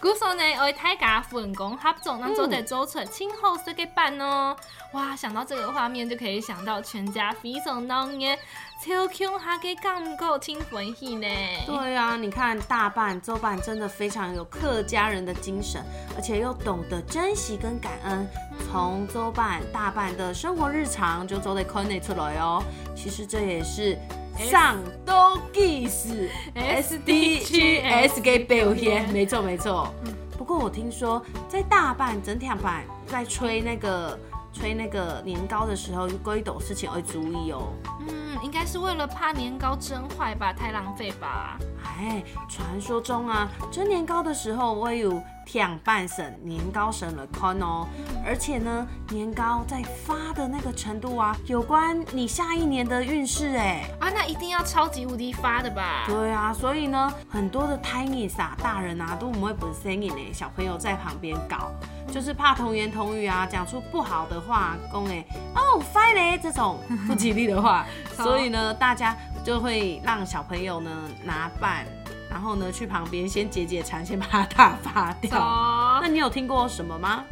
[SPEAKER 3] 古时候呢，我太家粉工合作，那做得做出今后这个版哦。哇，想到这个画面就可以想到全家非常当年超 Q 哈给干够听欢喜呢。
[SPEAKER 2] 对啊，你看大半周半真的非常有客家人的精神，而且又懂得珍惜跟感恩。从周半大半的生活日常就做得 c o n 出来哦。其实这也是上都 gis S D G S 给表演，嗯没错没错。不过我听说在大半整天版在吹那个吹那个年糕的时候，有一斗事情会注意哦。
[SPEAKER 3] 嗯，应该是为了怕年糕蒸坏吧，太浪费吧。
[SPEAKER 2] 哎，传说中啊，蒸年糕的时候，我有舔半省年糕省了宽哦。而且呢，年糕在发的那个程度啊，有关你下一年的运势哎。
[SPEAKER 3] 啊，那一定要超级无敌发的吧？
[SPEAKER 2] 对啊，所以呢，很多的 tiny 啊，大人啊都不会本身你呢，小朋友在旁边搞，就是怕童言童语啊，讲出不好的话，公哎哦翻嘞这种不吉利的 话，所以呢，大家就会让小朋友呢拿板，然后呢去旁边先解解馋，先把它打发
[SPEAKER 3] 走。
[SPEAKER 2] 掉。那你有听过什么吗？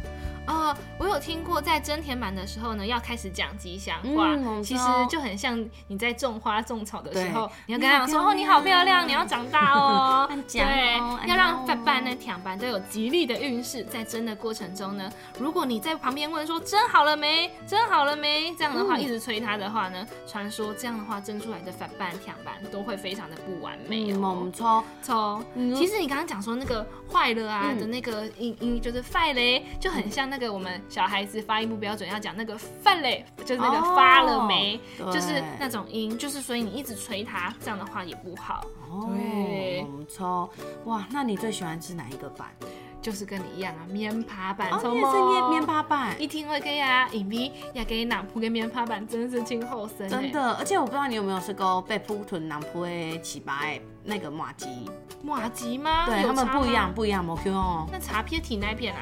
[SPEAKER 3] 哦呃，我有听过，在真田版的时候呢，要开始讲吉祥话，
[SPEAKER 2] 嗯我知
[SPEAKER 3] 其实
[SPEAKER 2] 道
[SPEAKER 3] 就很像你在种花种草的时候
[SPEAKER 2] 对，
[SPEAKER 3] 你要跟他讲说：“哦，
[SPEAKER 2] 你
[SPEAKER 3] 你
[SPEAKER 2] 好
[SPEAKER 3] 好
[SPEAKER 2] 漂
[SPEAKER 3] 漂
[SPEAKER 2] 亮
[SPEAKER 3] 亮，你要长大 哦。
[SPEAKER 2] 按”讲
[SPEAKER 3] 对
[SPEAKER 2] 哦，按
[SPEAKER 3] 要
[SPEAKER 2] 哦
[SPEAKER 3] 让饭班呢、甜班都有吉利的运势。在蒸的过程中呢，如果你在旁边问说“蒸好了没？蒸好了没？”这样的话，
[SPEAKER 2] 嗯
[SPEAKER 3] 一直催他的话呢，传说这样的话蒸出来的饭班、甜班都会非常的不完美哦。
[SPEAKER 2] 猛抽，
[SPEAKER 3] 抽
[SPEAKER 2] 嗯，
[SPEAKER 3] 其实你刚刚讲说那个坏了啊
[SPEAKER 2] 嗯
[SPEAKER 3] 的那个音音就是犯嘞，就很像那个我们小孩子发音不标准要讲那个犯嘞，就是那个
[SPEAKER 2] 哦
[SPEAKER 3] 发了没，
[SPEAKER 2] 对
[SPEAKER 3] 就是那种音，就是所以你一直催他，这样的话也不好，
[SPEAKER 2] 哦，
[SPEAKER 3] 对
[SPEAKER 2] 猛抽，哇，那你最喜欢吃哪一个板？
[SPEAKER 3] 就是跟你一样啊，棉爬板，
[SPEAKER 2] 哦，
[SPEAKER 3] 超
[SPEAKER 2] 你也是面
[SPEAKER 3] 猛
[SPEAKER 2] 面。包板。
[SPEAKER 3] 一听会给啊，影迷也给哪铺个棉爬板，真是听后生、欸。
[SPEAKER 2] 真，的，而且我不知道你有没有吃过被扑臀南坡的起白那个马吉，
[SPEAKER 3] 马吉吗？
[SPEAKER 2] 对
[SPEAKER 3] 有
[SPEAKER 2] 他们
[SPEAKER 3] 差
[SPEAKER 2] 不一
[SPEAKER 3] 吗
[SPEAKER 2] 样，。不一样，摩 Q 哦。
[SPEAKER 3] 那茶片体那片啊？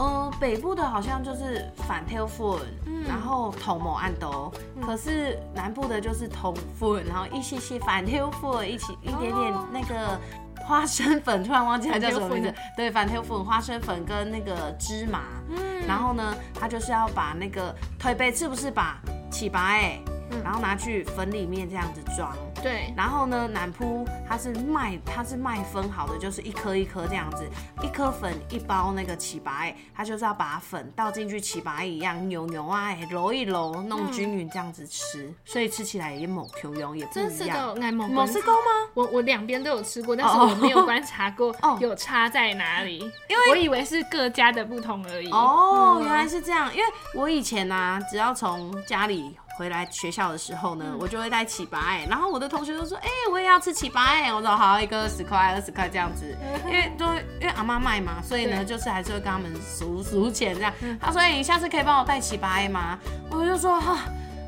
[SPEAKER 2] 嗯，北部的好像就是反 tail foot，、
[SPEAKER 3] 嗯
[SPEAKER 2] 然后头某按斗，可是南部的就是头 foot，然后一些些反 tail foot，一起一点点那个。花生粉突然忘记它叫什么名字
[SPEAKER 3] 哦反，
[SPEAKER 2] 对，反 tail foot 花生粉跟那个芝麻，
[SPEAKER 3] 嗯
[SPEAKER 2] 然后呢，他就是要把那个腿背是不是把起白哎，
[SPEAKER 3] 嗯
[SPEAKER 2] 然后拿去粉里面这样子装，
[SPEAKER 3] 对，
[SPEAKER 2] 然后呢，南铺它是卖它是卖分好的，就是一颗一颗这样子，一颗粉一包那个起白，它就是要把粉倒进去起白一样扭扭啊，揉一揉，弄均匀这样子吃，所以吃起来也某 Q 用也不
[SPEAKER 3] 真
[SPEAKER 2] 一
[SPEAKER 3] 是的
[SPEAKER 2] 样。，
[SPEAKER 3] 爱某
[SPEAKER 2] 某是够吗？
[SPEAKER 3] 我我两边都有吃过，但是我没有观察过
[SPEAKER 2] 哦
[SPEAKER 3] 有差在哪里，因为我以为是各家的不同而已。
[SPEAKER 2] 哦，
[SPEAKER 3] 嗯
[SPEAKER 2] 原来是这样。因为我以前呢、啊，只要从家里回来学校的时候呢，我就会带起白，然后我的同学都说：“哎、我也要吃起白。”我说：“好，一个十块，二十块这样子。”因为都因为阿妈卖嘛，所以呢，
[SPEAKER 3] 对嗯
[SPEAKER 2] 就是还是会跟他们数数钱这样。他说：“哎、你下次可以帮我带起白吗？”我就说：“哈、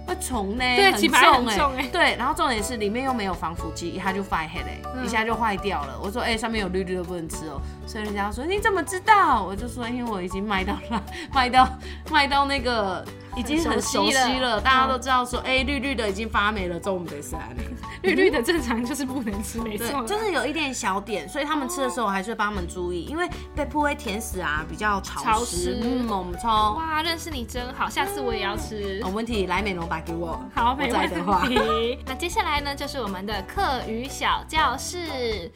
[SPEAKER 2] 会重呢，
[SPEAKER 3] 对
[SPEAKER 2] 很
[SPEAKER 3] 起白很
[SPEAKER 2] 欸
[SPEAKER 3] 重欸
[SPEAKER 2] 对，然后重点是里面又没有防腐剂，一下就坏黑嘞，
[SPEAKER 3] 嗯
[SPEAKER 2] 一下就坏掉了。我说，哎、上面有绿绿的，不能吃哦。所以人家说你怎么知道？我就说，因为我已经卖到了，卖到卖到那个已经很
[SPEAKER 3] 很熟
[SPEAKER 2] 熟悉
[SPEAKER 3] 悉
[SPEAKER 2] 了，
[SPEAKER 3] 了嗯
[SPEAKER 2] 大家都知道说，哎、绿绿的已经发霉了，中午没事啊你。
[SPEAKER 3] 绿绿的正常就是不能吃，没
[SPEAKER 2] 哦对
[SPEAKER 3] 错，，
[SPEAKER 2] 就是有一点小点，所以他们吃的时候我还是会帮他们注意，因为被扑会甜死啊，比较潮湿。
[SPEAKER 3] 潮湿
[SPEAKER 2] 嗯，我们抽。
[SPEAKER 3] 哇，认识你真好，下次我也要吃
[SPEAKER 2] 有。问题来美容吧，给我。
[SPEAKER 3] 好，
[SPEAKER 2] 我
[SPEAKER 3] 没
[SPEAKER 2] 在
[SPEAKER 3] 问
[SPEAKER 2] 的话。
[SPEAKER 3] 题。那接下来呢，就是我们的课余小教室。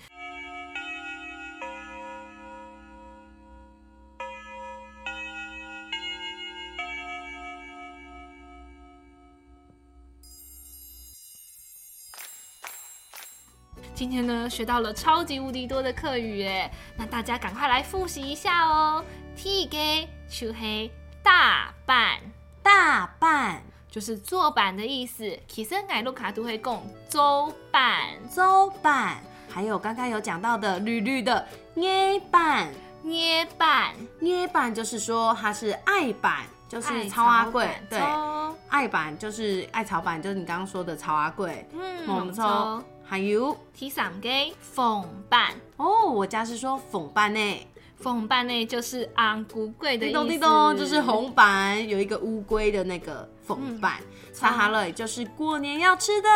[SPEAKER 3] 今天呢，学到了超级无敌多的课语耶，那大家赶快来复习一下哦。T 给秋黑大半。
[SPEAKER 2] 大半
[SPEAKER 3] 就是坐板的意思。起身改路卡都会供周板、
[SPEAKER 2] 周板，还有刚刚有讲到的绿绿的捏板，
[SPEAKER 3] 捏板、
[SPEAKER 2] 捏板就是说它是爱板，就是
[SPEAKER 3] 爱
[SPEAKER 2] 超阿
[SPEAKER 3] 草
[SPEAKER 2] 贵
[SPEAKER 3] 哎板，
[SPEAKER 2] 对，
[SPEAKER 3] 抽
[SPEAKER 2] 爱板就是爱草板，就是你刚刚说的超阿贵，
[SPEAKER 3] 嗯，
[SPEAKER 2] 我
[SPEAKER 3] 我
[SPEAKER 2] 们
[SPEAKER 3] 们
[SPEAKER 2] 抽
[SPEAKER 3] 抽
[SPEAKER 2] 还有
[SPEAKER 3] 提伞给缝板。
[SPEAKER 2] 哦，我家是说欸缝板呢，
[SPEAKER 3] 缝板呢，就是昂古贵的意
[SPEAKER 2] 叮
[SPEAKER 3] 思。
[SPEAKER 2] 咚叮咚，就是红
[SPEAKER 3] 嗯
[SPEAKER 2] 板有一个乌龟的那个缝板，撒哈勒就是过年要吃的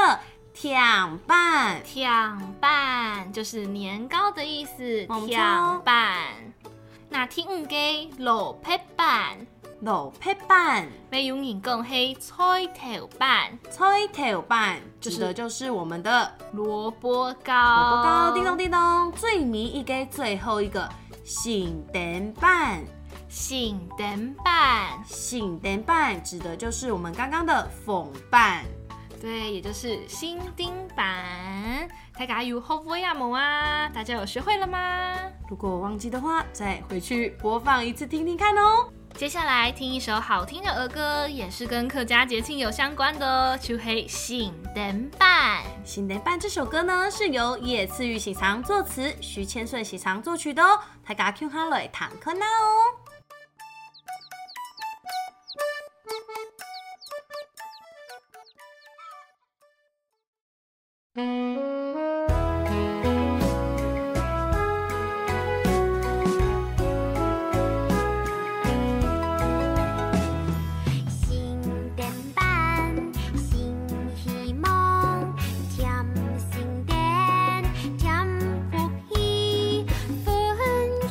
[SPEAKER 2] 甜拌。
[SPEAKER 3] 甜拌就是年糕的意思，
[SPEAKER 2] 猛
[SPEAKER 3] 甜
[SPEAKER 2] 椒
[SPEAKER 3] 拌。那天唔给老配拌，
[SPEAKER 2] 老配拌、
[SPEAKER 3] 要用人讲黑菜头拌，
[SPEAKER 2] 菜头拌，指的就是我们的
[SPEAKER 3] 萝卜糕，
[SPEAKER 2] 萝卜糕。叮咚叮咚，最迷一个最后一个醒灯拌，
[SPEAKER 3] 醒灯拌，
[SPEAKER 2] 醒灯拌指的就是我们刚刚的粉拌。
[SPEAKER 3] 对，也就是新丁板。大家有后波亚姆啊，大家有学会了吗？
[SPEAKER 2] 如果我忘记的话，再回去播放一次听听看哦。
[SPEAKER 3] 接下来听一首好听的儿歌，也是跟客家节庆有相关的哦，就黑醒灯板。
[SPEAKER 2] 醒灯拌这首歌呢，是由野次玉喜长作词，徐千岁喜长作曲的哦。他嘎 Q 哈来坦克那哦。
[SPEAKER 4] 新典班，新希望，添新典，添福气，分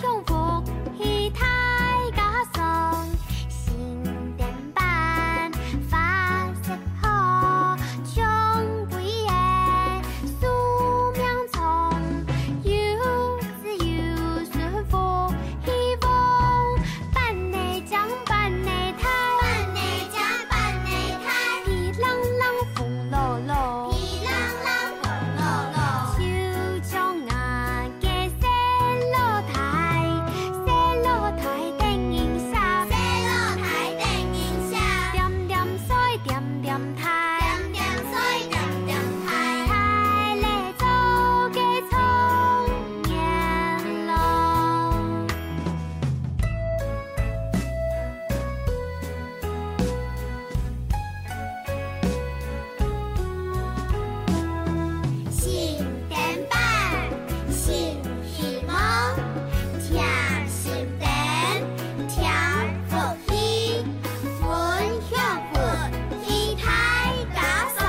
[SPEAKER 4] 享福气大家送。新典班，发色好，穷贵个宿命从，有自由顺服希望。板内将板内抬，板内将板内抬，皮朗朗红落落，皮朗朗红落落，手将阿个西落台，西落台顶影下，西落台顶影下，点点水点点台，点点水点点台，台嘞做个冲天龙。新典范，新希望，听新典，听福气，分享福气太加速。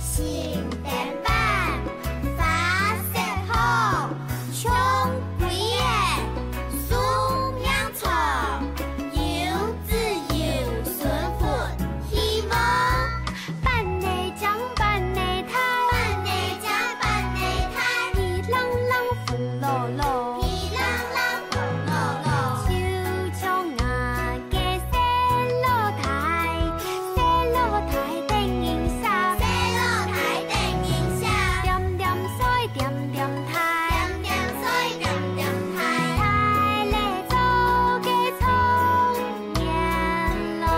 [SPEAKER 4] 新典范，发色好，穷鬼个，素养错，有自由顺服希望。板内将板内抬，板内将板内抬，皮朗朗红落落，皮朗朗红落落，手将阿个西落台，西落台顶影下，西落台顶影下，点点水点点台，点点水点点台，台嘞做个冲天龙。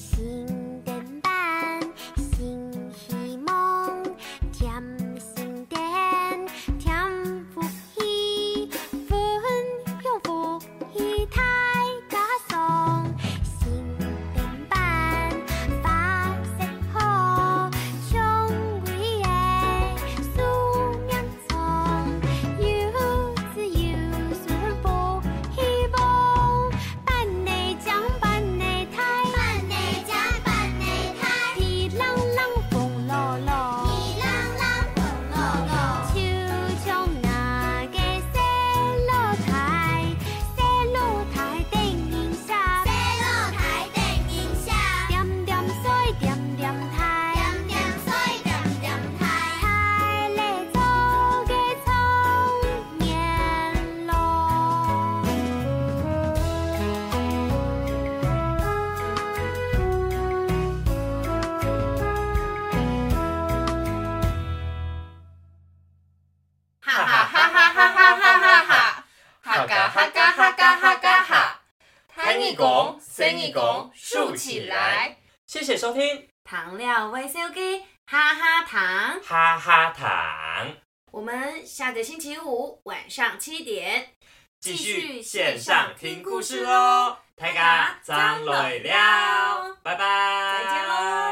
[SPEAKER 4] 新典范，新希望，添新典，添福气，分享福气大家送。新典范，发色好，强伟个，素命长，有自由顺服希望。板内将板内抬，板内将板内抬，皮朗朗红落落，皮朗朗红落落，手将阿个西落台，西落台顶影下，西落台顶影下，点点水点点台，点点水点点台，台嘞做个冲年龙。
[SPEAKER 1] 哈哈哈哈哈哈哈哈哈，哈嘎哈嘎哈嘎哈嘎哈，抬你拱，伸你拱，竖起来。谢谢收听
[SPEAKER 2] 糖料微笑鸡，哈哈糖。
[SPEAKER 1] 哈哈糖，
[SPEAKER 2] 我们下个星期五晚上七点
[SPEAKER 1] 继续线上哦听故事喽。大家张磊了，拜拜，
[SPEAKER 2] 再见喽。